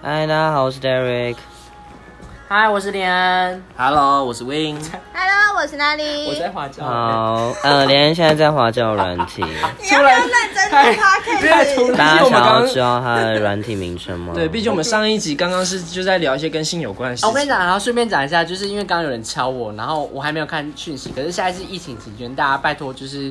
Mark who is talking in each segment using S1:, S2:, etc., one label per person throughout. S1: 嗨，大家好，我是 Derek。
S2: 嗨，我是连恩，
S3: Hello，我是 Win，
S4: Hello，我是哪里？
S2: 我在华教。
S1: 好，呃，连恩现在在华教软 体，
S4: 你要不要认真
S2: 太
S4: 听 podcast？
S2: 太突然
S1: 大家
S3: 我们
S1: 想
S3: 刚
S1: 要
S3: 刚
S1: 知道它的软体名称 吗？
S3: 对，毕竟我们上一集刚刚是就在聊一些跟性有关的事
S2: 啊我跟你
S3: 情。
S2: 讲，然后顺便讲一下，就是因为刚刚有人敲我，然后我还没有看讯息，可是现在是疫情期间，大家拜托就是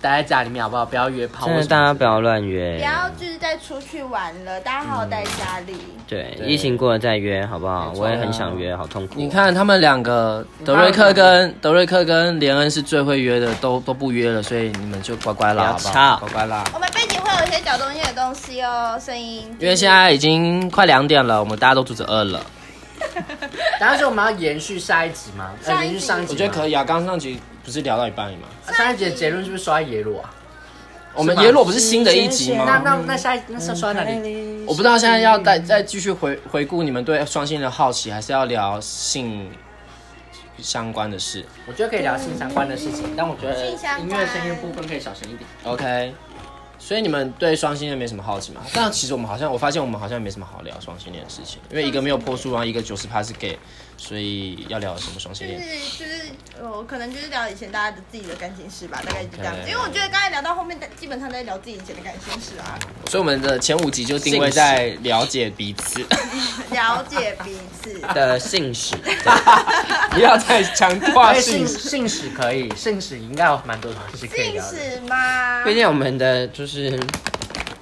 S2: 待在家里面好不好？不要约炮，
S1: 真的
S2: 或什么
S1: 大家不要乱约
S4: 不。要就是再出去玩了，大家好好待家里。
S1: 对，
S3: 对
S1: 疫情过了再约，好不好？我也很想约，好痛苦哦。
S3: 你看他们两个，德瑞克跟德瑞克跟连恩是最会约的，都都不约了，所以你们就乖乖啦，好
S1: 不
S3: 不
S1: 要
S3: 好？
S1: 吵
S3: 乖乖啦。
S4: 我们背景会有一些搅动音的东西哦，声音。
S3: 因为现在已经快两点了，我们大家都肚子饿了。
S2: 然后说我们要延续下一集吗？呃
S4: 上一集
S2: 延续上一集
S3: 我
S2: 吗，
S3: 觉得可以啊，刚刚上集不是聊到一半吗？
S2: 啊上一集的结论是不是刷耶鲁啊？嗯
S3: 我们耶鲁不是新的一集
S2: 那
S3: 吗？
S2: 那那下一那是刷哪里？
S3: 我不知道现在要再再继续回回顾你们对双性的好奇，还是要聊性相关的事
S2: 我觉得可以聊性相关的事情，但我觉得
S4: 性相关
S2: 音乐声音部分可以小声一点。
S3: ？OK。所以你们对双性恋没什么好奇吗？但其实我们好像，我发现我们好像没什么好聊双性恋的事情，因为一个没有破处，然后一个九十趴是 gay，所以要聊什么双性
S4: 就是
S3: 恋？
S4: 就是呃，可能就是聊以前大家的自己的感情事吧，大概就这样子。
S3: OK
S4: 因为我觉得刚才聊到后面，基本上在聊自己以前的感情事啊，
S3: 所以我们的前五集就定位在了解彼 此，
S4: 了解彼 此。
S1: 的姓 氏，
S3: 不要再强化
S2: 哎
S3: 性
S2: 信。信使可以，信使应该有蛮多东西可以
S4: 信
S2: 聊的。
S4: 使吗？
S1: 毕竟我们的就是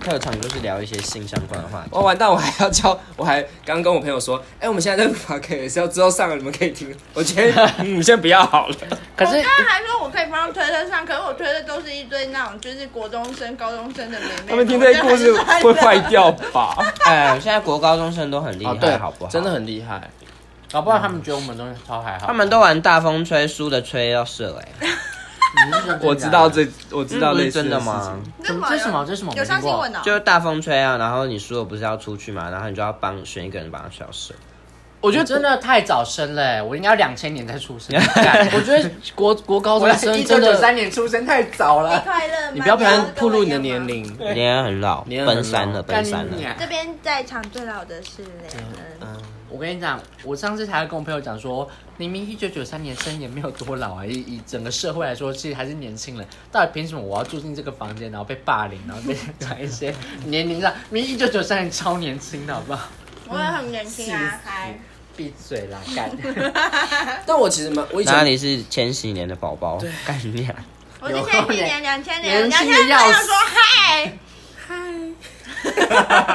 S1: 特长就是聊一些性相关的 话题。
S3: 我哦完蛋，我还要教，我还刚跟我朋友说，哎、我们现在在录 podcast，要之后上了你们可以听。我觉得，嗯，先不要好了。
S2: 可
S4: 我
S2: 是
S4: 刚刚还说我可以放到推特上，可是我推特都是一堆那种就是国中生、高中生的妹妹，
S3: 他们听这些故事
S4: 我觉得还是
S3: 会坏掉吧？
S1: 哎，现在国高中生都很厉
S3: 啊
S1: 害，好不好？
S3: 真的，很厉害。
S2: 搞不好他们觉得我们东西超还好。
S1: 他们都玩大风吹，输的吹要射，哎，
S2: 你是认真
S3: 我知道这，我知道
S1: 不
S3: 类
S1: 是
S3: 似
S1: 真
S3: 的啊
S1: 的
S3: 事
S1: 吗
S3: 情？
S4: 这
S2: 这是什么这是什么
S4: 有上新闻哦，
S1: 就是大风吹啊，然后你输了不是要出去嘛，然后你就要帮选一个人帮他消射。
S2: 我觉得真的太早生了、欸我应该两千年才出生。干我觉得国国高中生真的
S3: 1993
S2: 年出生太早
S4: 你。快乐吗？
S3: 你不要不
S4: 要
S3: 要
S4: 跟
S3: 暴露
S4: 我
S3: 你的
S4: 一样
S3: 年。
S4: 吗
S3: 龄。
S1: 你也很老，
S3: 你也很老
S1: 奔三了，奔三了。
S4: 这边在场最老的是两人，
S2: 我跟你讲，我上次才跟我朋友讲说，明明一九九三年生也没有多老啊，以以整个社会来说，其实还是年轻人。到底凭什么我要住进这个房间，然后被霸凌，然后被讲一些年龄上？明明一九九三年超年轻的，好不好？
S4: 我也很年 轻啊，还
S2: 闭嘴啦，干！
S3: 但我其实蛮，我以
S1: 那
S3: 前
S1: 你是千禧年的宝宝，干你 啊！
S4: 我之前一年两千年，
S2: 年
S4: 两
S2: 轻
S4: 千
S2: 的
S4: 年
S2: 要
S4: 他有
S2: 死
S4: 说嗨，你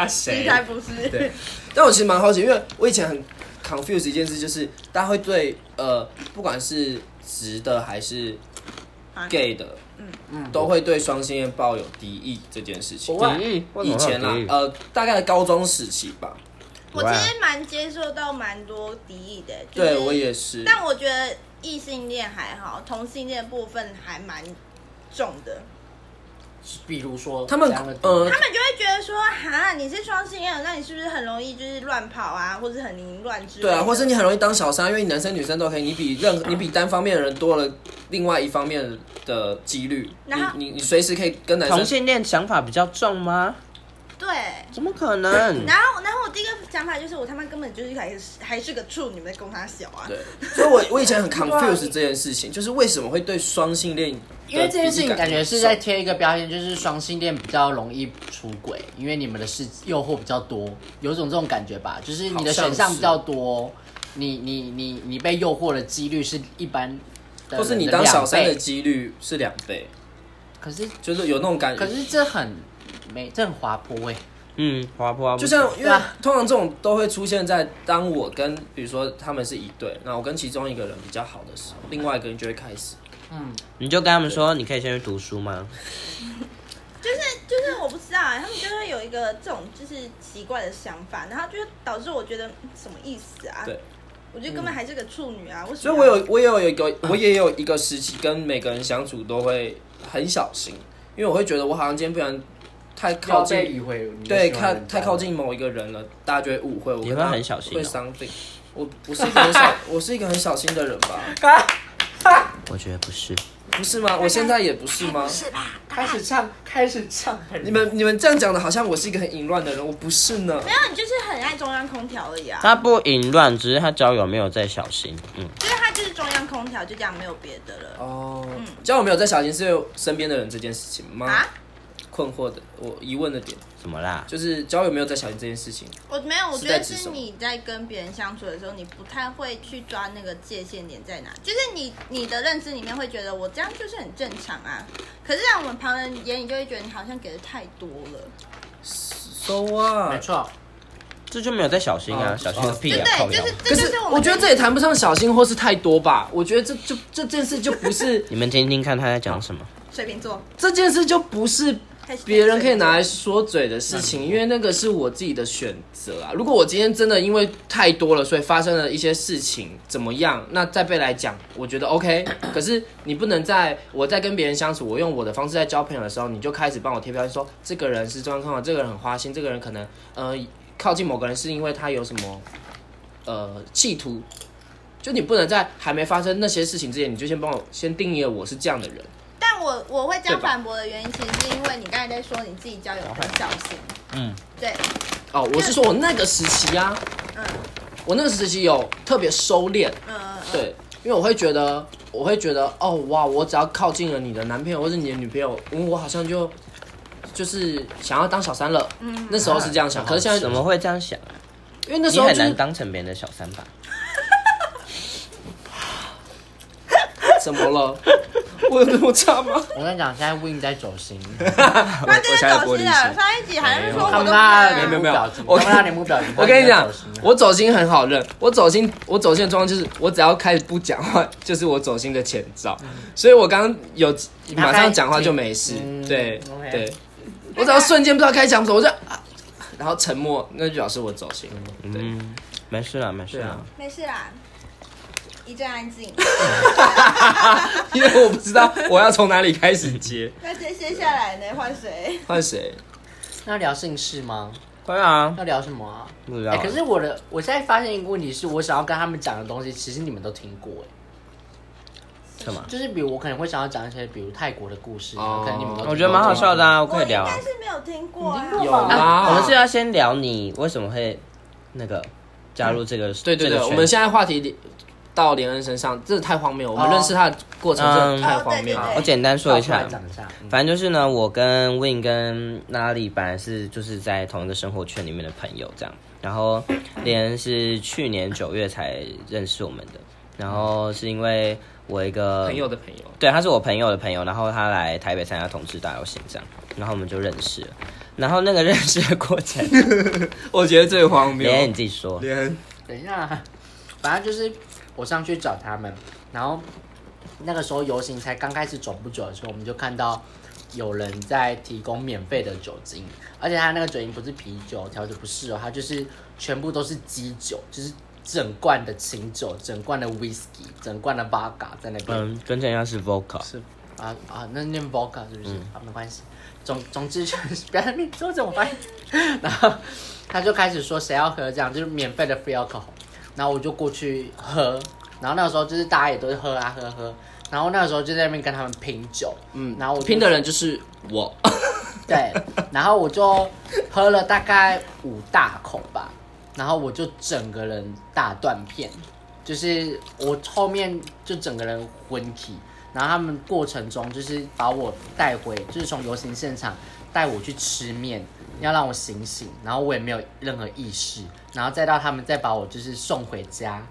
S3: 谁
S4: 才不是，
S3: 但我其实蛮好奇，因为我以前很 confused 一件事，就是大家会对呃，不管是直的还是 gay 的，嗯嗯，都会对双性恋抱有敌意这件事情。
S2: 哇
S1: 敌意为什么会
S3: 以
S1: 有
S3: 前啦
S1: 敌意，
S3: 呃，大概的高中时期吧。
S4: 我其实蛮接受到蛮多敌意的，就是
S2: 嗯
S3: 对我也是，
S4: 但我觉得异性恋还好，同性恋部分还蛮重的。
S2: 比如说
S3: 他们
S2: 这样的地方
S3: 呃
S4: 他，们就会觉得说，哈，你是双性恋，那你是不是很容易就是乱跑啊，或者很凌乱之类的？
S3: 对啊，或是你很容易当小三，因为你男生女生都可以，你
S2: 啊
S3: 比任你比单方面的人多了另外一方面的几率，你
S4: 然后
S3: 你你随时可以跟男
S1: 同
S3: 生。
S1: 性恋想法比较重吗？
S4: 对。
S1: 怎么可
S3: 嗯
S1: 能？
S4: 然后，然后我第一个想法就是，我他妈根本就是还是还是个处女，在供他小啊。
S3: 对，所以我我以前很 confused 这件事情，就是为什么会对双性恋的
S2: 因为这件事
S3: 敌
S2: 情
S3: 意
S2: 感觉是在贴一个标签，就是双性恋比较容易出轨，因为你们的事诱惑比较多，有种这种感觉吧，就是你的选项比较多，你你你你被诱惑的几率是一般的，
S3: 或是你当小三的，几率是两倍，
S2: 可是
S3: 就是有那种感觉
S2: 可。是这很没这很滑坡哎、
S1: 嗯，滑坡啊，
S3: 就像因
S2: 对
S3: 为
S2: 啊
S3: 通常这种都会出现在当我跟比如说他们是一对，那我跟其中一个人比较好的时候，另外一个人就会开始。
S1: 你就跟他们说，你可以先去读书吗？
S4: 就是就是我不知道、啊，他们就会有一个这种就是奇怪的想法，然后就导致我觉得嗯什么意思啊？
S3: 对，嗯
S4: 我觉得根本还是个处女啊。为 什
S3: 所
S4: 么
S3: 以
S4: 要？
S3: 我有我也有一个我也有一个时期跟每个人相处都会很小心，因为我会觉得我好像今天不然太靠近，
S2: 迂回，
S3: 对，太太靠近某一个人了，大家就会误会我。
S1: 你会
S3: 跟他
S1: 很小心哦
S3: 啊会伤病。我我是一个很小我是一个很小心的人吧。
S1: 我觉得不是。
S3: 不是吗？我现在哎也不是 吗？
S2: 开始唱，开始唱，
S3: 你们你们这样讲的，好像我是一个很淫乱的人，我不是呢
S4: 没。有，你就是很爱中央空调而已啊。
S1: 他不淫乱，只是他交友没有在小心。嗯，
S4: 就是他就是中央空调，就这样没有别的了。
S3: 哦，这样我没有在小心是因为身边的人这件事情吗？
S4: 啊，
S3: 困惑的我疑问的点
S1: 怎么啦？
S3: 就是交友没有在小心这件事情。
S4: 我没有，我
S3: 是
S4: 觉
S3: 在
S4: 得
S3: 指
S4: 是
S3: 什么
S4: 你在跟别人相处的时候，你不太会去抓那个界限点在哪，就是你你的认知里面会觉得我这样就是很正常啊，可是在我们旁人眼里就会觉得你好像给的太多了，
S3: So what？
S2: 没错，
S1: 这就没有在小心啊，
S3: 哦
S1: 小心个屁
S4: 对
S1: 啊！
S4: 不
S1: 靠
S4: 对？
S1: 腰
S4: 就是
S3: 可
S4: 这就是是们
S3: 我觉得这也谈不上小心或是太多吧。我觉得这就这件事就不 是
S1: 你们听听看他在讲什么。
S4: 水瓶座，
S3: 这件事就不是
S4: 开始
S3: 别人可以拿来说嘴的事情，因为那个是我自己的选择啊。如果我今天真的因为太多了，所以发生了一些事情，怎么样？那再被来讲，我觉得 OK 。可是你不能在我在跟别人相处，我用我的方式在交朋友的时候，你就开始帮我贴标签，说这个人是中央空调，这个人很花心，这个人可能呃靠近某个人是因为他有什么呃企图。就你不能在还没发生那些事情之前，你就先帮我先定义了我是这样的人。
S4: 但我我会这
S3: 对
S4: 样
S3: 吧
S4: 反驳的原因，其实是因为你刚才在说你自己交友很小心，
S1: 嗯，
S4: 对，
S3: 哦，我是说我那个时期啊，
S4: 嗯
S3: 我那个时期有特别收敛，
S4: 嗯嗯，嗯，
S3: 对，因为我会觉得，我会觉得，哦哇，我只要靠近了你的男朋友或是你的女朋友，嗯，我好像就就是想要当小三了，嗯，那时候是这样想，可是现在
S1: 怎啊么会这样想啊？
S3: 因为哦那
S1: 你
S3: 时候
S1: 很
S3: 就是
S1: 难当成别人的小三吧？
S3: 怎么了？我有那么 差吗？
S2: 我跟你讲，现在 Win 在 走心，
S4: 他真的走心
S3: 心。
S4: 了。
S3: 哎
S4: 上一集好像是说我
S2: 看
S4: 都不
S2: 不到
S4: 爱
S2: 你
S4: 啊
S2: 的
S3: 没有
S2: 目标情，
S3: 没有我
S2: 看不到你的目标情，
S3: 我跟你讲
S2: 他现在走心了，
S3: 我走心很好认。我走心，我走心的状况就是，我只要开始不讲话， 就是我走心的前兆。所以我刚刚有马上讲话就没事
S2: 嗯，
S3: 对
S2: OK
S3: 对。我只要瞬间不知道该讲什么，我就、 啊然后沉默，那就表示我走心了。对，
S1: 嗯，没事啦，没事
S3: 对
S1: 啦
S3: 啊。
S4: 没事啦，一阵安静。
S3: 因为我不知道我要从哪里开始接，
S4: 那接接下来呢？换谁？
S3: 换谁？
S2: 那要聊姓氏吗？
S1: 会啊，
S2: 要聊什么啊？
S1: 不知道
S2: 哎、
S1: 啊。
S2: 可是我的，我现在发现一个问题是，我想要跟他们讲的东西，其实你们都听过哎、
S1: 什么？
S2: 就是比如我可能会想要讲一些，比如泰国的故事，
S3: 哦
S2: 可能你们都听过
S1: 我觉得蛮好笑的啊，我可以聊
S4: 我
S1: 啊
S4: 应该。是没有听过啊。
S3: 有
S1: 啊
S3: 啦，
S1: 我们是要先聊你为什么会那个加入这个
S3: 嗯对对对，我们
S1: 先
S3: 现在话题到连恩身上，真的太荒谬。我们
S2: 哦
S3: 认识他的过程真的太
S4: 嗯
S3: 荒谬
S4: 哦对对
S3: 了
S4: 对。
S1: 我简单说一
S2: 跳
S1: 下
S2: 出来，讲一下，嗯
S1: 反正就是呢，我跟 Win 跟拉里本来是就是在同一个生活圈里面的朋友这样，然后连是去年九月才认识我们的，然后是因为我一个
S3: 朋友的朋友，
S1: 对，他是我朋友的朋友，然后他来台北参加同志大游行这样，然后我们就认识了。然后那个认识的过 程，
S3: 我觉得最荒谬。
S1: 连你自己说，
S3: 连
S2: 等一下，反正就是我上去找他们，然后那个时候游行才刚开始走不久的时候，我们就看到有人在提供免费的酒精，而且他那个酒精不是啤酒、调酒，不是哦，他就是全部都是基酒，就是整罐的清酒、整罐的 whisky、整罐的 vodka 在那边。
S1: 嗯，跟陈一样是 vocal，
S2: 是啊啊，那念 vodka 是不
S3: 嗯
S2: 是？啊，没关系。总总之就是 不要在那边说怎么办？然后他就开始说谁要喝这样，就是免费的 free alcohol。然后我就过去喝，然后那个时候就是大家也都是喝啊喝喝。然后那个时候就在那边跟他们拼酒，嗯，然后我就
S3: 拼的人就是我，
S2: 对，然后我就喝了大概五大口吧，然后我就整个人大断片，就是我后面就整个人昏体，然后他们过程中就是把我带回，就是从游行现场带我去吃面，要让我醒醒，然后我也没有任何意识，然后再到他们再把我就是送回家。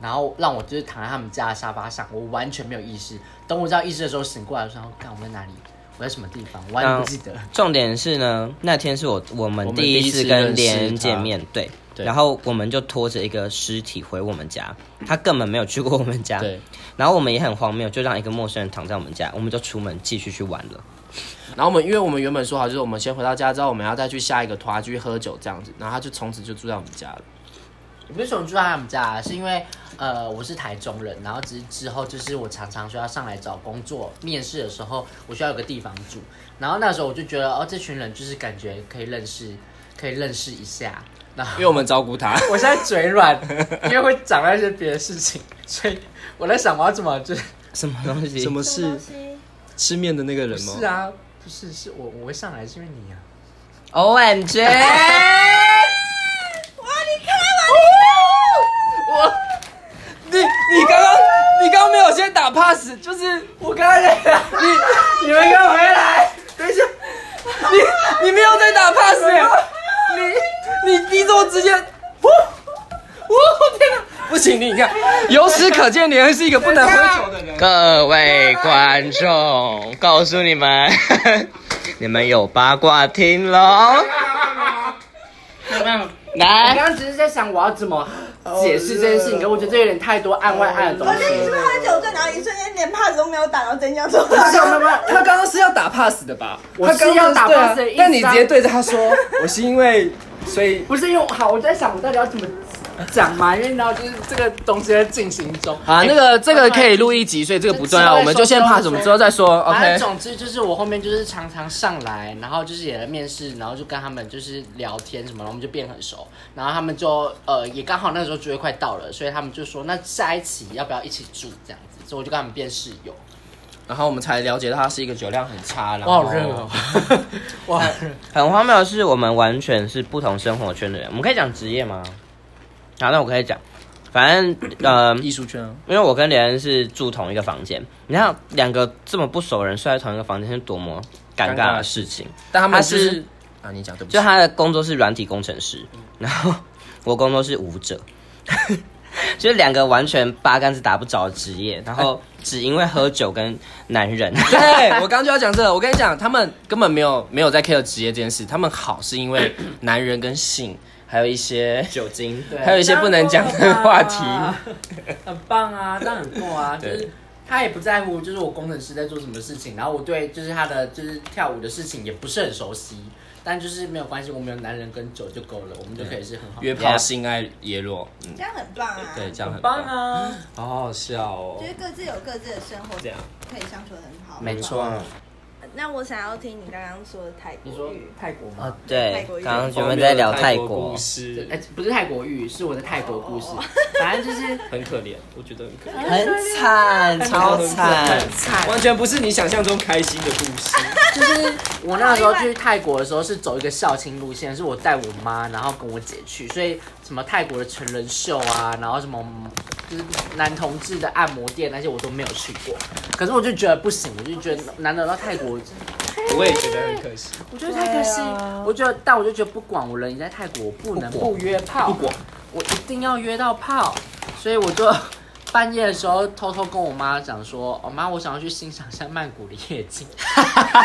S2: 然后让我就是躺在他们家的沙发上，我完全没有意识。等我知道意识的时候，醒过来的时候，看我在哪里，我在什么地方，我完全不记得。
S1: 重点是呢，那天是我我们
S3: 我们
S1: 第一次
S3: 第一次认
S1: 跟
S3: 识
S1: 连恩
S3: 他
S1: 见面，对，
S3: 对
S1: 然后我们就拖着一个尸体回我们家，他根本没有去过我们家，
S3: 对，
S1: 然后我们也很荒谬，就让一个陌生人躺在我们家，我们就出门继续去玩了，
S3: 然后我们因为我们原本说好，就是我们先回到家之后，我们要再去下一个团去喝酒这样子，然后他就从此就住在我们家了。
S2: 也不是从住在他们家、啊，是因为呃我是台中人，然后只是之后就是我常常需要上来找工作，面试的时候我需要有个地方住，然后那时候我就觉得哦这群人就是感觉可以认识，可以认识一下，然后
S3: 因为我们照顾他，
S2: 我现在嘴软，因为会讲到一些别的事情，所以我在想我要怎么就是
S1: 什么东西？
S3: 什么
S4: 什
S3: 是
S4: 么 东西？
S3: 吃面的那个
S2: 不
S3: 人吗？
S2: 是啊，不是，是我我会上来是因为你啊。
S1: ？O M G！
S4: 哎哇，你看完
S3: 你你刚刚你刚刚没有先打 pass，就是我刚才你你们给我回来，等一下，你你没有在打 pass，你你你怎么直接？我我天哪！不行，你看，由此可见，连恩是一个不能喝酒的人。
S1: 各位观众，告诉你 们，你们有八卦听喽！
S2: 我
S1: 来，
S2: 刚刚只是在想我要怎么解释这件事情，可我觉得这有点太多案外案的
S4: 我
S2: 东
S4: 觉得你是
S2: 西
S4: 不。是喝酒醉，然后一瞬间连 pass 都没有打，然后真要做？
S3: 他刚刚是要打 pass 的吧？
S2: 我
S3: 他刚刚
S2: 是要打
S3: 对啊
S2: pass 的意思啊
S3: 但你直接对着他说，我是因为所以
S2: 不是因为好，我在想我到底要怎么讲嘛，因为然后就是这个东西在进行中。
S3: 啊，那个这
S2: 个
S3: 个
S2: 可
S3: 可
S2: 以
S3: 以录一集，所以这个
S2: 不
S3: 不
S2: 重
S3: 重
S2: 要
S3: 要，
S2: 我
S3: 我
S2: 们
S3: 们
S2: 就
S3: 就
S2: 先
S3: 先
S2: pass，我
S3: pass，我
S2: 们
S3: 们
S2: 之
S3: 之
S2: 后
S3: 后再说。
S2: 反
S3: OK
S2: 正。总之就是我后面就是常常上来，然后就是也来面试，然后就跟他们就是聊天什么，然后我们就变很熟。然后他们就呃也刚好那时候聚会快到了，所以他们就说那下一期要不要一起住这样子，所以我就跟他们变室友。
S3: 然后我们才了解到他是一个酒量很差，然
S2: 哇
S3: 后嗯
S2: 好热哦， 哇，
S3: 哦
S1: 很荒谬的是，我们完全是不同生活圈的人。我们可以讲职业吗？好，那我可以讲，反正呃，
S3: 艺术圈啊，
S1: 因为我跟连恩是住同一个房间，你看两个这么不熟的人睡在同一个房间是多么尴尬的事情。
S3: 但他们
S1: 他
S3: 就是
S1: 是
S3: 啊，你讲对不起，
S1: 就他的工作是软体工程师，然后我工作是舞者， 就是两个完全八竿子打不着的职业，然后只因为喝酒跟男人，
S3: 对我刚刚就要讲这个，我跟你讲，他们根本没有没有在 care 职业这件事，他们好是因为男人跟性，还有一些
S1: 酒精，
S2: 对
S3: 还有一些不能讲的话题。
S2: 很棒啊，这样很够啊，就
S3: 对
S2: 是。他也不在乎，就是我工程师在做什么事情，然后我对就是他的就是跳舞的事情也不是很熟悉，但就是没有关系，我们有男人跟酒就够了，我们就可以是很好的
S3: 约炮、性爱、耶落，嗯，
S4: 这样很棒啊！
S3: 对，这样很
S2: 棒，啊！
S3: 好好笑哦
S4: 就，是各自有各自的生活，可以相处的很好。
S2: 没错
S3: 啊，
S4: 那我想要听你刚刚说的泰
S2: 你说
S4: 国语，
S2: 泰国吗
S1: 哦？对
S4: 泰国，
S1: 刚刚我们在聊泰国
S3: 故，事
S2: 呃哎、不是泰国浴，是我的泰国故事
S4: 哦。
S2: 反正就是
S3: 很可怜，我觉得很可怜。
S1: 很惨，超惨，
S2: 惨
S3: 完全不是你想象中开心的故 事。
S2: 就是我那时候去泰国的时候是走一个孝亲路线，是我带我妈，然后跟我姐去，所以什么泰国的成人秀啊，然后什么就是男同志的按摩店那些我都没有去过。可是我就觉得不行，我就觉得难得到泰国，
S3: 我也觉得很可惜。
S2: 我觉得太可惜。我觉得，但我就觉得不管我人已经在泰国，我不能不约炮，
S3: 不管
S2: 我一定要约到炮，所以我就半夜的时候偷偷跟我妈讲说：“哦妈，我想要去欣赏一下曼谷的夜景。”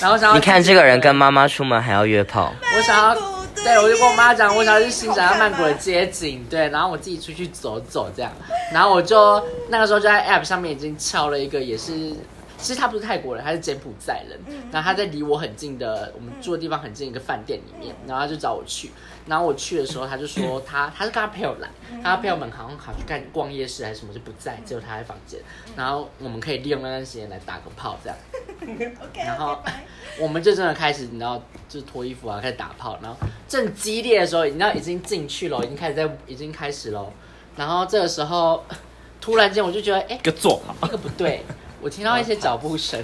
S2: 然后想要
S1: 你看这个人跟妈妈出门还要约炮，
S2: 我想要
S4: 曼谷的，
S2: 对我就跟我妈讲，
S4: 夜景
S2: 我想要啊去欣赏一下曼谷的
S4: 好看吗
S2: 街景，对，然后我自己出去走走这样，然后我就那个时候就在 App 上面已经敲了一个也是。其实他不是泰国人，他是柬埔寨人。然后他在离我很近的，我们住的地方很近一个饭店里面，然后他就找我去。然后我去的时候，他就说他他是跟他朋友来，他朋友们好像好去干逛夜市还是什么就不在，只有他在房间。然后我们可以利用那段时间来打个炮这样。
S4: OK，
S2: 然后
S4: OK，拜
S2: 我们就真的开始，你知道，就脱衣服啊，开始打炮，然后正激烈的时候，你知道已经进去了，已经开始在，已经开始喽。然后这个时候， 突然间我就觉得，哎、
S3: 一个做好，
S2: 这个不对，我听到一些脚步声，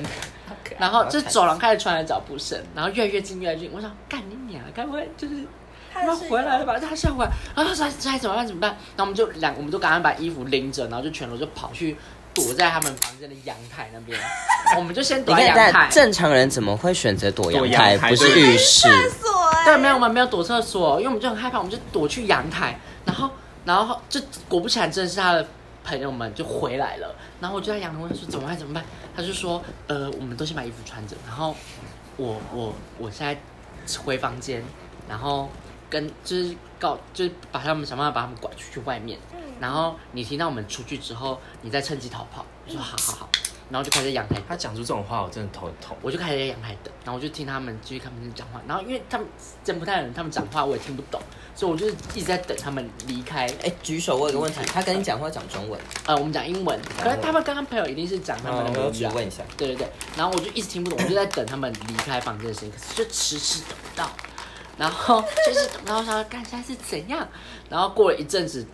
S2: 然后就走廊开始传来脚步声，然后越来越近，越来越近。我想，干你娘，该不会就是
S4: 他的
S2: 他们
S4: 室友
S2: 回来了吧？他下回来，然后说这还怎么办？怎么办？然后我们就两，我们就赶快把衣服拎着，然后就全裸就跑去躲在他们房间的阳台那边。我们就先
S1: 你
S2: 躲在
S1: 看，
S2: 阳台
S1: 但。正常人怎么会选择躲阳
S3: 躲
S1: 台，
S3: 阳台
S1: 不是浴室？
S4: 厕所哎，
S2: 对，没有，我们没有躲厕所，因为我们就很害怕，我们就躲去阳台，然后，然后就果不其然，真的是他的朋友们就回来了，然后我就在阳台问他说怎么办怎么办，他就说呃，我们都先把衣服穿着，然后我我我现在回房间，然后跟就是告就是把他们想办法把他们拐出去外面，然后你听到我们出去之后，你再趁机逃跑，我说好好好，然后就开始在阳台
S3: 他讲出这种话，我真的头很痛。
S2: 我就开始在阳台等，然后我就听他们继续看他们讲话，然后因为他们柬埔寨人他们讲话我也听不懂，所以我就是一直在等他们离开。
S1: 哎，举手，我有个问题，他跟你讲话讲中文，
S2: 呃，我们讲英文，可是他们跟他朋友一定是讲他们的
S1: 哦我
S2: 母语
S1: 只
S2: 啊。
S1: 问一下。
S2: 对对对，然后我就一直听不懂，我就在等他们离开房间的声音，可是就迟迟等不到，然后就是等到我想要干现在是怎样，然后过了一阵子，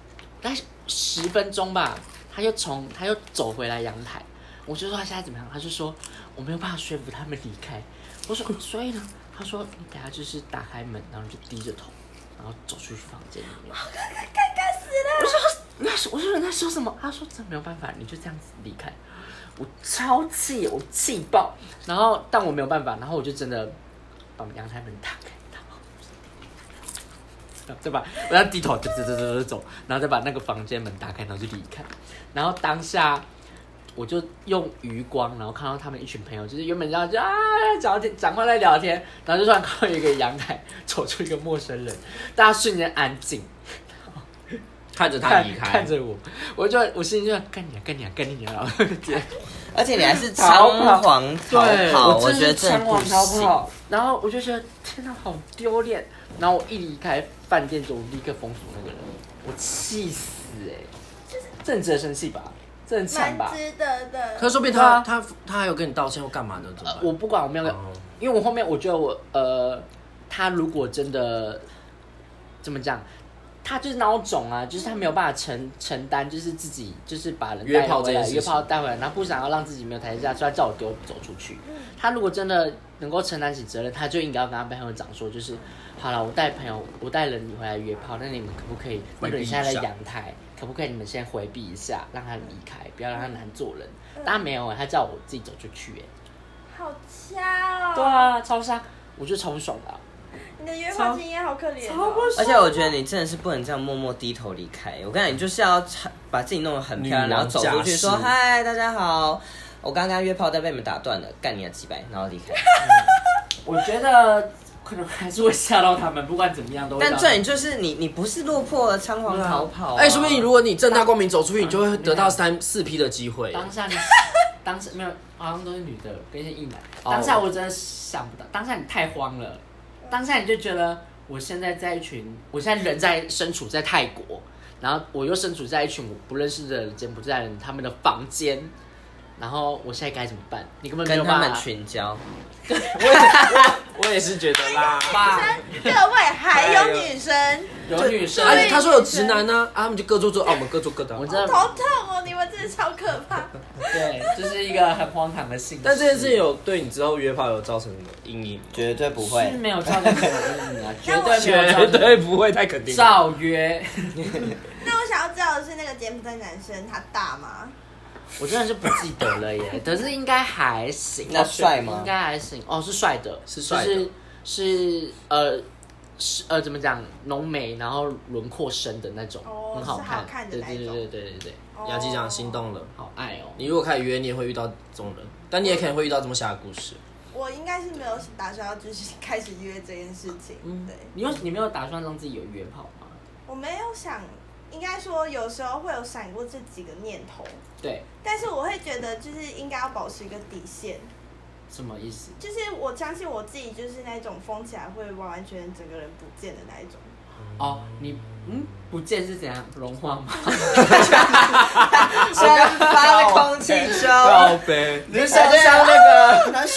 S2: 大概十分钟吧，他又从他又走回来阳台，我就说他现在怎么样？他就说我没有办法说服他们离开。我说 所以呢？他说你等下就是打开门，然后就低着头，然后走出去房间里面。那时我就说那说什么？他说这没有办法，你就这样子离开。我超气，我气爆。然后但我没有办法，然后我就真的把阳台门打开，打开对吧？我要低头走走走走走走，然后再把那个房间门打开，然后就离开。然后当下我就用余光，然后看到他们一群朋友，就是原本这样就啊讲天讲话在聊天，然后就突然看到一个阳台走出一个陌生人，大家瞬间安静。
S3: 看着他
S2: 看
S3: 离开
S2: 看，着我，我就我心里就干你啊，干你啊，干你啊，然后就 直接
S1: 而且你还是仓皇逃
S2: 对
S1: 跑，我
S2: 真
S1: 觉得
S2: 的
S1: 真的
S2: 仓皇
S1: 不
S2: 逃
S1: 行。
S2: 跑，然后我就觉得天哪，好丢脸。然后我一离开饭店之后，我立刻封锁那个人，我气死哎、这很值得生气吧？这很惨
S4: 蛮
S2: 吧？
S4: 值得的。
S3: 可是说不定
S2: 对
S3: 他
S2: 啊
S3: 他他还有跟你道歉或干嘛呢？怎么
S2: 呃
S3: 办？
S2: 我不管，我没有，
S3: 哦
S2: 因为我后面我觉得我呃，他如果真的怎么讲，他就是孬种啊，就是他没有办法承承担，就是自己就是把人
S3: 约
S2: 带
S3: 炮
S2: 回
S3: 这件
S2: 来，
S3: 事
S2: 约
S3: 情
S2: 炮带回来，然后不想要让自己没有台阶下，所以他叫我丢走出去。他如果真的能够承担起责任，他就应该要跟他朋友讲说，就是好了，我带朋友，我带了你回来约炮，那你们可不可以，
S3: 回
S2: 那
S3: 避
S2: 个
S3: 一
S2: 人
S3: 下
S2: 现在在阳台，可不可以你们先回避一下，让他离开，不要让他难做人。但他没有、欸，他叫我自己走出去、欸，
S4: 好掐哦！
S2: 对，啊，超杀，我觉得超不爽的啊、
S4: 你的约炮经验好可怜、哦。
S1: 而且我觉得你真的是不能这样默默低头离开。我跟你讲，你就是要把自己弄得很漂亮，
S3: 女
S1: 然
S3: 王
S1: 后走出去说：“
S3: 架势
S1: 嗨，大家好，我刚刚约炮但被你们打断了，干你的几百，然后离开。
S2: 我觉得可能还是会吓到他们，不管怎么样都会吓
S1: 但
S2: 到他们。
S1: 这里就是你，你不是落魄的仓皇逃跑、啊。
S3: 哎，说不定如果你正大光明走出去，你就会得到三四批的机会。
S2: 当 下你当时没有，好像都是女的跟一些异男。
S3: 哦
S2: 当下我真的想不到，当下你太慌了，当下你就觉得我现在在一群，我现在人在身处在泰国，然后我又身处在一群我不认识的柬埔寨人他们的房间。然后我现在该怎么办？你根本没
S1: 跟
S2: 有
S1: 他
S2: 办
S1: 们
S2: 法。
S1: 群交，
S3: 我也是觉得啦，
S4: 各位还有女生，
S2: 有女生，
S3: 而且啊他说有直男呢，啊，他们就各做做，啊，我们各做各的
S2: 我。真
S4: 好头
S2: 的
S4: 痛哦！你们真的超可怕。
S2: 对，这、就是一个很荒唐的性质。
S3: 但这件事有对你之后约炮有造成什么阴影吗？
S1: 绝对不
S2: 是没有造成什么阴影啊， 绝
S4: 那我
S2: 对没 有造成。
S3: 不会，太肯定了。
S2: 照约，
S4: 那我想要知道的是，那个柬埔寨男生他大 吗？
S2: 我真的是不记得了耶，可是应该还行。
S1: 那帅吗
S2: 应该还行哦，是帅的，
S3: 是帅的
S2: 就是是呃是呃怎么讲，浓眉然后轮廓深的那种，
S4: 哦
S2: 很好
S4: 是
S2: 看，
S4: 好看的
S2: 对
S4: 那
S2: 对对
S4: 种
S2: 对对对对，
S3: 雅集长心动了，
S2: 好爱哦。
S3: 你如果开始约，你也会遇到这种人，但你也可能会遇到这么瞎的故事。
S4: 我应该是没有打算要就是开始约这件事情，对
S2: 你有你没有打算让自己有约炮吗？
S4: 我没有想，应该说有时候会有闪过这几个念头，
S2: 对，
S4: 但是我会觉得就是应该要保持一个底线，
S2: 什么意思？
S4: 就是我相信我自己就是那种疯起来会完完全全整个人不见的那一种，
S2: 哦，你嗯不见是怎样融化吗？
S1: 我 刚发了空气中，
S3: 呗，
S1: 你想象那 个，
S4: 就是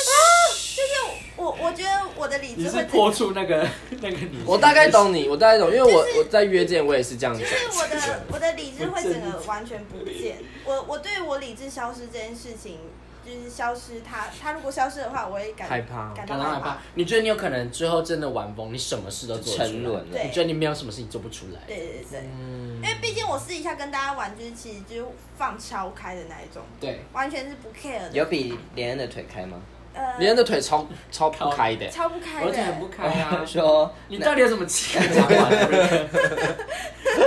S4: 我我觉得我的理
S2: 你
S4: 智
S2: 是
S4: 会自己
S2: 泼出那个 那个女生？
S3: 我大概懂你，我大概懂，因为我
S4: 就是
S3: 我在约之前我也是这样
S4: 就
S3: 讲
S4: 是。我的我的理智会整个完全不见，我我对我理智消失这件事情，就是消失它，它如果消失的话，我会感
S3: 害怕
S4: 感到
S2: 感到害
S4: 害
S2: 怕。。你觉得你有可能最后真的玩疯，你什么事都做得出来
S1: 沉沦了
S4: 对
S2: 你觉得你没有什么事情做不出来？
S4: 对对对对，因为毕竟我私底下跟大家玩，就是其实就是放超开的那一种，
S2: 对，
S4: 完全是不 care 的，
S1: 有比连恩的腿开吗？。
S4: 呃，
S3: 别人的腿超超不开的，
S4: 超不开
S2: 我
S4: 的
S2: 挺很不开啊
S1: 说
S2: 你到底有什么气可以讲话的？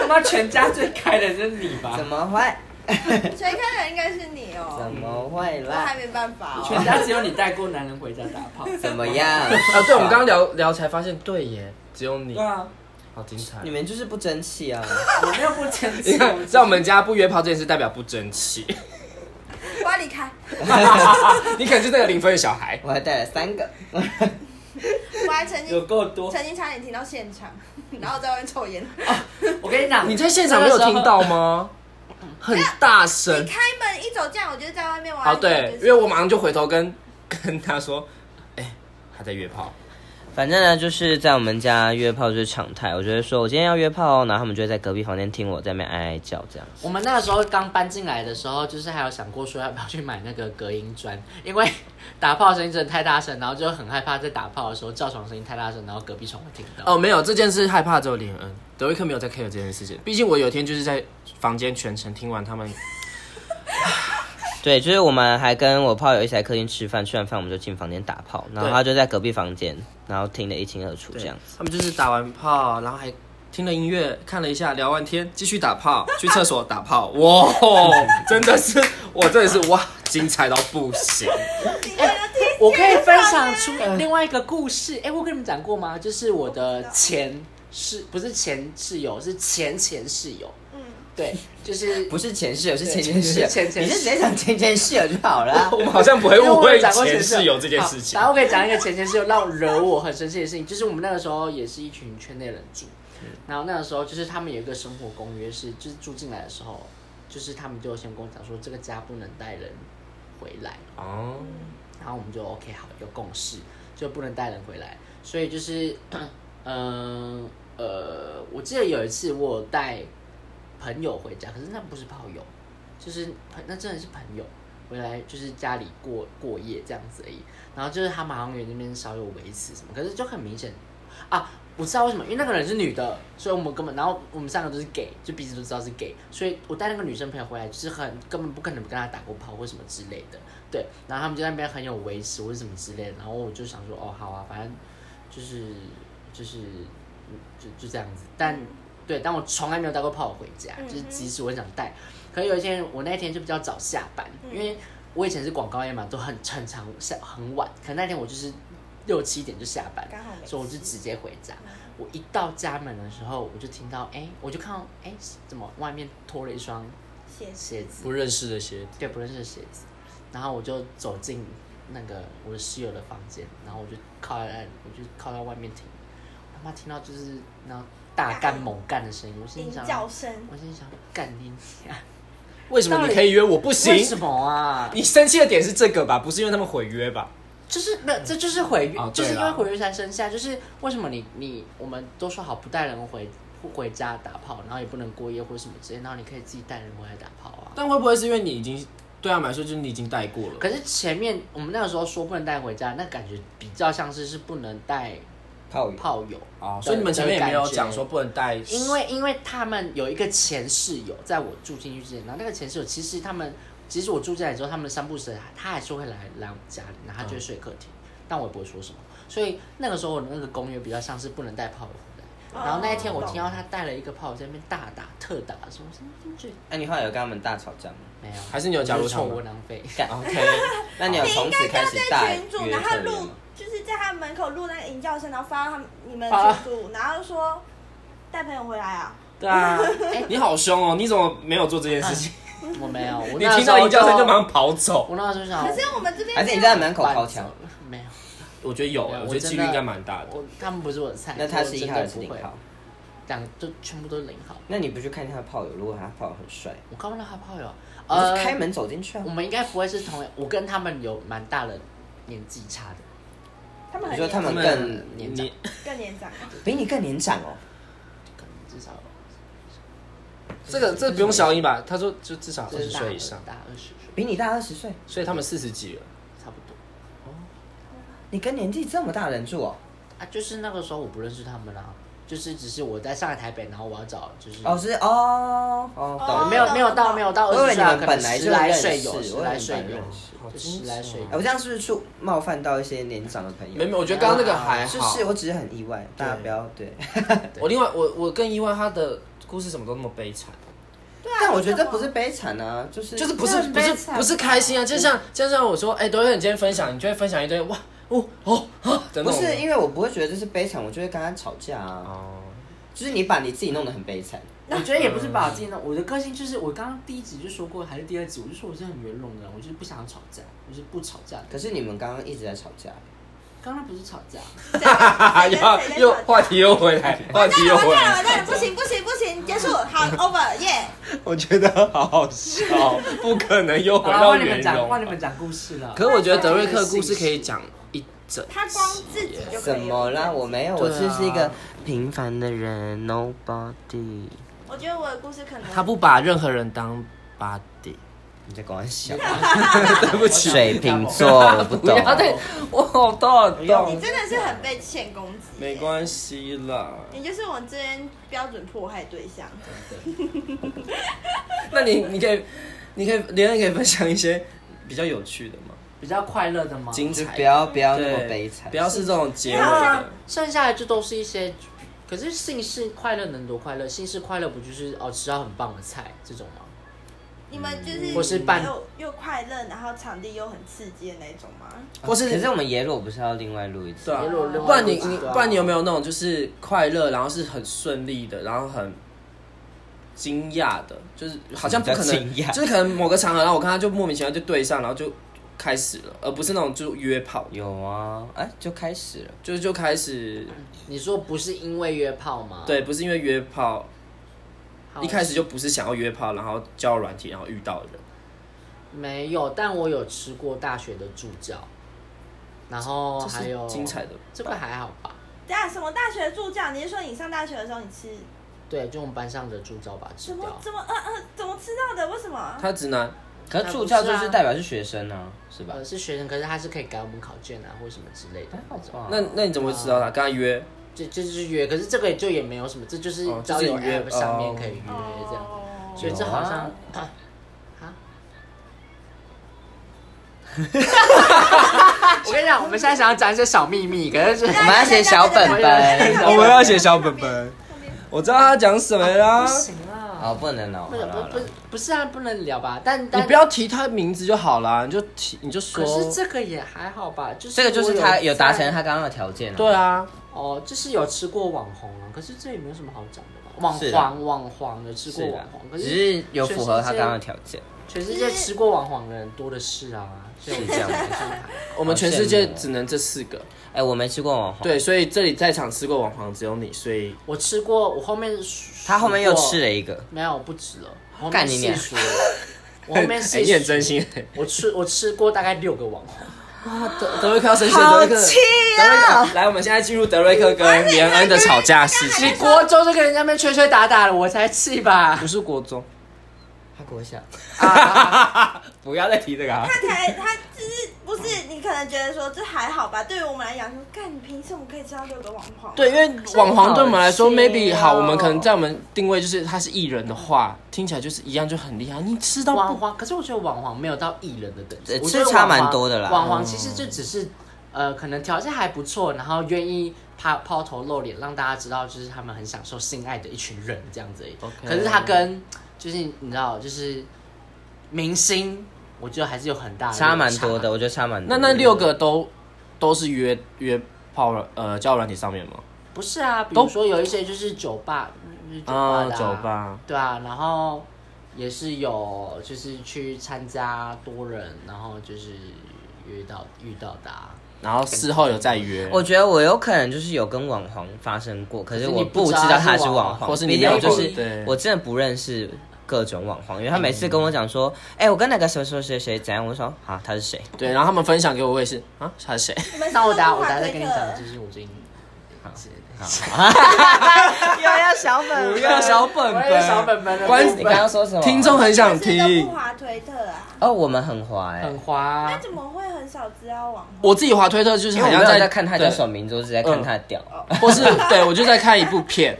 S2: 他妈全家最开的就是你吧
S1: 怎？么会？
S4: 谁开的应该是你
S1: 怎
S4: 哦，
S1: 么会
S4: 我还
S1: 啦？
S4: 没办法
S2: 全
S4: 哦。
S2: 家只有你带过男人回家打炮。
S1: 怎么 样？
S3: 啊，对，我们刚刚聊聊才发现，对耶，只有你
S2: 对，啊，
S3: 好精彩
S1: 你。们就是不争气啊！
S2: 我没有不争
S3: 你
S2: 气。
S3: 看，在我们家不约炮这件事代表不争气，
S4: 我要离开，
S3: 你可能是那个零分的小孩。
S1: 我还带了三个，
S4: 我还曾
S2: 有
S4: 经
S2: 够多。
S4: 曾经差点听到现场，然后在外面抽烟。
S1: 哦
S2: 我跟你讲，
S3: 你在现场没有听到吗？很大声
S4: 你。开门一走进来，我就在外面
S1: 哦
S4: 玩。
S3: 啊，对，因为我马上就回头跟跟他说，哎、他在约炮。
S1: 反正呢，就是在我们家约炮就是常态。我觉得说我今天要约炮哦，然后他们就会在隔壁房间听我在那边哀哀叫这样。
S2: 我们那个时候刚搬进来的时候，就是还有想过说要不要去买那个隔音砖，因为打炮声音真的太大声，然后就很害怕在打炮的时候叫床声音太大声，然后隔壁床会听到。
S3: 哦，没有这件事害怕只有林恩，德瑞克没有在 care 这件事情。毕竟我有一天就是在房间全程听完他们，
S1: 对，就是我们还跟我炮友一起在客厅吃饭，吃完饭我们就进房间打炮，然后
S3: 对
S1: 他就在隔壁房间，然后听得一清二楚这样。
S3: 他们就是打完炮，然后还听了音乐，看了一下，聊完天，继续打炮，去厕所打炮。哇，真的是，我真的是哇，精彩到不行。
S2: 我可以分享出另外一个故事。哎、我跟你们讲过吗？就是我的前室，不是前室友，是前前室友。嗯，对，就是
S1: 不是前室友，是
S2: 前前室友前前室友你是直接
S1: 讲前前室友就好
S2: 啊
S1: 了
S3: 我们好像不会
S2: 因为
S3: 误
S2: 我
S3: 会
S2: 有讲过
S3: 前室
S2: 室
S3: 友这件事情
S2: 然。后我可以讲一个前前室友让我惹我很生气的事情，就是我们那个时候也是一群圈内人住，
S3: 嗯
S2: 然后那个时候就是他们有一个生活公约是，就是住进来的时候，就是他们就先跟我讲说这个家不能带人回来，
S3: 哦，
S2: 然后我们就 OK 好有共识，就不能带人回来，所以就是，嗯呃我记得有一次我有带朋友回家，可是那不是炮友，就是朋那真的是朋友回来，就是家里过过夜这样子而已。然后就是他们好像有那边稍有维持什么，可是就很明显啊，我知道为什么，因为那个人是女的，所以我们根本，然后我们三个都是 gay，就彼此都知道是 gay，所以我带那个女生朋友回来，就是很根本不可能跟她打过炮或什么之类的，对，然后他们就在那边很有维持或者什么之类的，然后我就想说，哦，好啊，反正就是就是就就这样子，但对，但我从来没有带过炮回家，就是即使我很想带，可是有一天我那一天就比较早下班，因为我以前是广告业嘛，都很很长下很晚，可那天我就是六七点就下班，
S4: 刚好没嗯
S2: 所以我就直接回家。我一到家门的时候，我就听到，哎、我就看到，哎、怎么外面脱了一双
S4: 谢谢。
S2: 鞋子？
S3: 不认识的鞋
S2: 对，不认识的鞋子。然后我就走进那个我的室友的房间，然后我就靠在，呃我就靠在外面听。我他妈听到就是那大干猛干的声音，我心
S4: 鸣
S2: 里想，
S4: 叫声，
S2: 我心里想，干你娘！
S3: 为什么你可以约我不
S2: 为什
S3: 行？
S2: 么啊？
S3: 你生气的点是这个吧？不是因为他们毁约吧？
S2: 就是没有，这就是毁约，
S3: 哦
S2: 就是
S3: 对
S2: 因
S3: 啦
S2: 为毁约才生下。就是为什么你你我们都说好不带人回不回家打炮，然后也不能过夜或什么之类，然后你可以自己带人回来打炮啊。
S3: 但会不会是因为你已经对他们来说就是你已经带过了？
S2: 可是前面我们那个时候说不能带回家，那感觉比较像是是不能带
S1: 炮友，
S2: 炮友，
S3: 哦，所以你们前面也没有讲说不能带，
S2: 因为因为他们有一个前室友，在我住进去之前，然后那个前室友其实他们，其实我住进来之后，他们三不时他还是会来来我们家里，然后他就会睡客厅，但我也不会说什么。所以那个时候我的那个公约比较像是不能带炮友回来。然后那一天我
S4: 哦
S2: 听到他带了一个炮友在那边大打特打的时候，我说嗯这
S1: 那、你后来有跟他们大吵架吗？
S2: 没有，
S3: 还是你有加入
S2: 我就是
S3: 他
S2: 臭
S3: 们
S2: 窝囊废。
S1: 干
S3: 啊 OK，
S1: 那你有从此开始大
S4: 在
S1: 约
S4: 群主，然后
S1: 特约
S4: 录
S1: 吗？
S4: 就是在他门口录那个吟叫声，然后发到他们你们
S2: 啊
S4: 群组，然后说带朋友回来啊。
S3: 对啊
S2: 哎，
S3: 你好凶哦！你怎么没有做这件事情？
S2: 我没有， 我
S3: 你
S2: 那
S3: 听
S2: 时
S3: 到
S2: 候
S3: 一叫声就马上跑走。
S2: 我那时候就想，
S4: 可是我们这边
S1: 还是你在门口掏
S2: 走
S1: 枪
S2: 了？没有。
S3: 我觉得有欸，我觉得几率应该蛮大的。
S2: 我他们不是我的菜，
S1: 那他是一号
S2: 还
S1: 还是零号？？
S2: 两个都全部都是零号。
S1: 那你不去看他的炮友？如果他炮友很帅，
S2: 我刚刚那他炮友，
S1: 呃，
S2: 呃，
S1: 开门走进去啊
S2: 我。
S4: 嗯
S2: 们应该不会是同，我跟他们有蛮大的年纪差的。
S4: 他们
S1: 你
S4: 很
S1: 说他们
S4: 年
S1: 更
S2: 年
S3: 你
S2: 长
S4: 更年长，啊
S1: 比你更年长哦。
S2: 可能至少
S3: 这个这个不用小一吧？他说就至少二十岁以上，
S2: 大二十岁，
S1: 比你大二十岁，
S3: 所以他们四十几了。
S2: 差不多。
S1: 你跟年纪这么大的人住哦？
S2: 啊，就是那个时候我不认识他们啊，就是只是我在上海、台北，然后我要找就是
S1: 哦，是哦哦，
S4: 嗯哦
S1: 懂了。
S2: 没有没有到没有到
S1: 我以
S2: 二
S1: 为你
S2: 十岁啊，
S1: 们
S2: 可
S1: 本
S2: 能
S1: 来
S2: 十
S1: 就
S2: 来
S1: 认
S2: 岁
S1: 识，
S2: 有，十
S1: 我以为
S2: 来
S1: 你
S2: 岁
S1: 本来
S2: 有
S1: 认识。
S3: 好，
S2: 就
S3: 精
S2: 十
S3: 致哦
S2: 来岁
S1: 哎，我
S2: 有。
S1: 这样是不是触冒犯到一些年长的朋友？
S3: 没有，我觉得刚刚那个还
S1: 是
S3: 好
S1: 是，。我只是很意外，大家不要 对。
S3: 我另外我我更意外他的故事怎么都那么悲惨，
S4: 对啊。
S1: 但我觉
S4: 你
S1: 得
S4: 怎么
S1: 不是悲惨啊，就是
S3: 就是不是
S1: 很
S3: 不
S1: 悲
S3: 是
S1: 惨
S3: 不是开心啊，就像就像我说，哎，德瑞你今天分享，你就会分享一堆哇哦哦啊的那
S1: 不
S3: 种
S1: 是因为我不会觉得这是悲惨，我就会跟他吵架啊。
S3: 哦，
S1: 就是你把你自己弄得很悲惨，
S2: 我觉得也不是把我自己弄，我的个性就是我刚刚第一集就说过，还是第二集，我就说我是很圆融的人，我就是不想要吵架，我就是不吵架的。
S1: 可是你们刚刚一直在吵架。
S2: 刚刚不是吵架，
S3: 哈
S4: 谁
S3: 哈
S4: 跟谁在吵架
S3: 哎又话题又回来，话题又
S4: 完
S3: 回
S4: 蛋
S3: 来
S4: 了，完，啊蛋了，不行不行不行，结束， 好 over 耶。
S3: 我觉得好好笑，不可能又回
S2: 好了，
S3: 到
S2: 换你
S3: 圆
S2: 们讲，
S3: 融
S2: 换。你们讲故事了。
S3: 可是我觉得德瑞克的故事可以讲一整
S4: 他光自己就可以
S1: 怎么啦？我没有，我
S2: 对啊
S1: 就是一个平凡的人，nobody。
S4: 我觉得我的故事可能
S2: 他不把任何人当 body。
S1: 你在搞笑？
S3: 对不起，
S1: 水瓶座，我不懂。
S2: 要对我好痛，
S4: 你真的是很被欠攻击、
S3: 没关系啦。
S4: 你就是我这边标准迫害对象。
S3: 那你你可以，你可以，连恩可以分享一些比较有趣的吗？
S2: 比较快乐的吗？
S3: 精
S1: 就
S3: 彩的，
S1: 不要不要那么
S3: 对
S1: 悲惨哦
S3: 不要是这种结尾
S2: 对啊
S3: 的。，
S2: 剩下的就都是一些。可是姓氏快乐能多快乐？姓氏快乐不就是哦吃到很棒的菜这种吗？
S4: 你们就是
S2: 或是办
S4: 又又快乐，然后场地又很刺激的那种吗？
S3: 或是
S1: 可是我们耶鲁不是要另外录一次
S3: 对？啊，
S2: 也有另外
S3: 不然你
S2: 一种
S3: 你
S2: 对啊
S3: 不然你有没有那种就是快乐，然后是很顺利的，然后很惊讶的，就是好像不可
S1: 什么叫
S3: 能
S1: 惊，讶
S3: 就是可能某个场合，然后我跟他就莫名其妙就对上，然后就开始了，而不是那种就约炮，
S1: 有啊，哎，就开始了。
S3: 就是就开始
S2: 你说不是因为约炮吗？
S3: 对，不是因为约炮，
S2: 好，
S3: 一开始就不是想要约炮，然后交友软体，然后遇到的人，
S2: 没有，但我有吃过大学的助教，然后
S3: 这
S2: 哦还
S3: 是
S2: 有
S3: 精彩的吧，
S2: 这个还好吧？
S4: 对啊，什么大学助教？你是说你上大学的时候你吃
S2: 对，就我们班上的助教吧，吃
S4: 怎
S2: 掉
S4: 么。怎么呃呃怎么吃到的？为什么？
S3: 他直男，
S2: 哦
S1: 可是助教就是代表是学生啊，是吧
S2: 呃，？是学生，可是他是可以改我们考卷啊，或什么之类的。
S1: 哇
S3: 那那你怎么会知道
S2: 哦
S3: 他？跟他约，
S2: 这这就是约，可是这个就也没有什么，这就是
S3: 哦
S2: 交友
S3: 就是约
S2: app 上面
S3: 哦
S2: 可以约这样。
S4: 哦
S2: 所以这好像 啊，我跟你讲，我们现在想要讲一些小秘密，可是是
S1: 我们要写小本本。
S3: 我们要写小本本，我知道他讲什么啦
S2: 不，行啦，
S1: 哦，不能哦，
S2: 不
S1: 好
S2: 能
S1: 了好
S2: 不不
S1: 了。
S2: 不是啊，不能聊吧？但
S3: 你
S2: 但
S3: 不。要提他名字就好啦，你就提你就说
S2: 可，是这个也还好吧，就是
S1: 这个就是
S2: 我
S1: 他有达
S2: 在
S1: 成他刚刚的条件啊。
S3: 对啊，
S2: 哦，就是有吃过网红啊，可是这也没有什么好讲的吧？网
S1: 是啊
S2: 黄网黄有吃过
S1: 是
S2: 网
S1: 啊
S2: 哦黄，可
S1: 只
S2: 是
S1: 是有符合他刚刚的条件。
S2: 全世界吃过网黄的人多的是啊，所以我
S1: 是这样
S2: 觉得还好
S3: 我们全世界只能这四个，
S1: 哎，我没吃过网红，
S3: 对，所以这里在场吃过网黄只有你，所 以
S2: 我吃过，我后面
S1: 他后面又吃
S2: 了。
S1: 了一个，
S2: 没有，不止了，我后
S1: 干
S2: 面
S1: 你娘
S2: 细 数了，我后面
S3: 哎
S2: 细
S3: 你很
S2: 数，
S3: 真心，
S2: 我吃我吃过大概六个网红，
S3: 德德瑞克要生气啊了，德瑞克，德瑞克，来，我们现在进入德瑞克跟连恩的吵架事
S2: 你
S3: 情，
S2: 国中就跟人家们吹吹打打了，我才气吧
S3: 不？是国中，
S1: 他国小，
S2: 啊，
S1: 不要再提这个啊！
S4: 他才他就是不是你可能觉得说这还好吧？对于我们来讲说，干你凭什么可以吃到六个网黄？
S3: 对，因为网黄对我们来说
S2: 真好
S3: ，maybe
S2: 气哦
S3: 好，我们可能在我们定位就是他是艺人的话，听起来就是一样就很厉害，你吃到
S2: 网
S3: 不？
S2: 黄，可是我觉得网黄没有到艺人的等级
S1: 呃，
S2: 我觉得
S1: 是差
S2: 网黄
S1: 蛮多的啦嗯
S2: 网黄其实就只是呃，可能条件还不错，然后愿意抛抛头露脸，让大家知道就是他们很享受性爱的一群人这样子而已。
S3: OK
S2: 可是他跟就是你知道就是明星，我觉得还是有很大的
S1: 差蛮
S2: 落
S1: 多的，。我觉得差蛮多
S3: 那
S1: 的。
S3: 那六个都都是约约炮软呃交友软体上面吗？
S2: 不是啊，比如说有一些就是酒吧，就是酒吧
S3: 啊，
S1: 哦
S2: 的、啊
S3: 酒，吧，
S2: 对啊，然后也是有就是去参加多人，然后就是遇到遇到的、啊，
S3: 然后事后有再约，
S1: 我觉得我有可能就是有跟网红发生过，可是
S2: 可是
S1: 我
S2: 你不
S1: 知
S2: 知道
S1: 道
S2: 他
S1: 他
S2: 是
S1: 是
S2: 网
S1: 网
S2: 红
S1: 红，
S3: 或是
S1: 毕
S3: 你
S1: 竟我
S3: 没
S1: 就
S3: 有
S1: 是
S3: 对
S1: 我真的不认识各种网红，因为他每次跟我讲说，哎、我跟那个谁谁谁谁怎样，我就说啊他是谁？
S3: 对，然后他们分享给我，我也是啊，他是谁？
S4: 你们是
S2: 那
S4: 不
S2: 我
S4: 是
S2: 等下我
S4: 不
S2: 等下
S4: 划
S2: 再
S4: 推
S2: 跟你讲，
S4: 特
S2: 就？是我最近是
S1: 又要小本
S3: 不要小本
S2: 我也
S3: 本，
S2: 是小本本的
S3: 关
S2: 部分
S1: 你刚刚说什么？
S3: 听众很想
S4: 是都
S3: 听
S4: 不。划推特啊？
S1: 哦，我们很滑哎、
S2: 很滑、
S4: 那
S2: 啊。
S4: 怎么会很少知道网红？
S3: 我自己滑推特就是
S1: 因为
S3: 好
S1: 我没
S3: 像
S1: 有
S3: 在
S1: 在看他
S3: 对
S1: 叫什么名字，我只在看他的屌。
S3: 或是对我就在看一部片，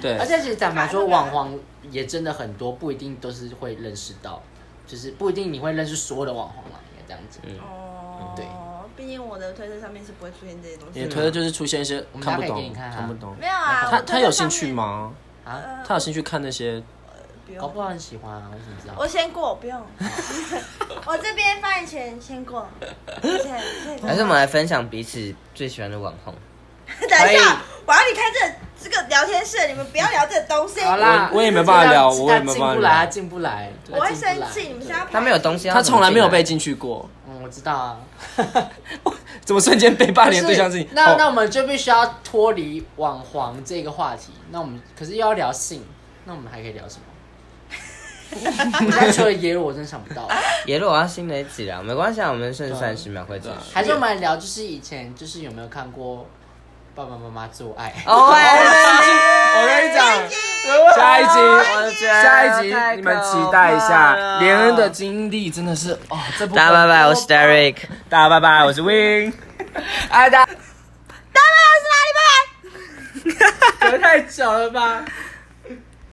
S3: 对
S2: 而，且其实坦白说，网红也真的很多，不一定都是会认识到，就是不一定你会认识所有的网红啦，应该这样子。嗯，
S4: 哦，
S2: 对，
S4: 毕竟我的推特上面是不会出现这些东
S3: 你
S4: 西
S3: 的
S4: 的。
S3: 推特就是出现一些
S2: 我们
S3: 看不
S2: 大概给
S3: 懂、
S2: 你看啊
S3: 看不懂。
S4: 没有啊，
S3: 他
S4: 我推特
S3: 他有兴趣
S4: 上面？呃
S3: 吗？
S2: 啊，
S3: 他有兴趣看那些？
S4: 不
S2: 搞
S4: 用，
S2: 不好很喜欢啊，我怎么知道？
S4: 我先过，不用。我这边发言权先过，谢谢谢谢
S1: 还是我们来分享彼此最喜欢的网红。
S4: 等一下，我要离开这这个聊天室，你们不要聊这东西。
S2: 好啦，
S3: 我我也没办法聊
S2: 他
S3: 我也没办
S2: 进
S3: 法
S2: 不
S3: 聊
S2: 来，他进不来，
S4: 我会
S2: 他进不
S4: 生
S2: 来
S4: 气，你们是要
S1: 他没有东西，
S3: 他从来没有被
S1: 进
S3: 进去过，
S2: 嗯，我知道啊。
S3: 怎么瞬间被霸凌的对象是你
S2: 不？那那
S3: 哦
S2: 我们就必须要脱离 网黄这个话题。那我们可是又要聊性，那我们还可以聊什么？我现在除了耶鲁，我真想 不到。
S1: 耶鲁我要新的一集了，没关系啊，我们剩
S2: 对
S1: 三十秒会结束。
S2: 还是我们来聊，就是以前就是有没有看过爸爸妈妈做爱？
S1: 哦喂，
S3: 我跟你讲，下一
S1: 我的
S3: 集，
S1: 天
S3: 下一
S1: 太
S3: 集
S1: 可怕了
S3: 你们期待一下，连恩的经历真的是哦，这部分
S1: 啊大家拜拜，我是 Derek，
S3: 大家拜拜，我是 Win，爱大家
S4: 拜拜，我是哪里拜拜。
S3: 隔太久了吧。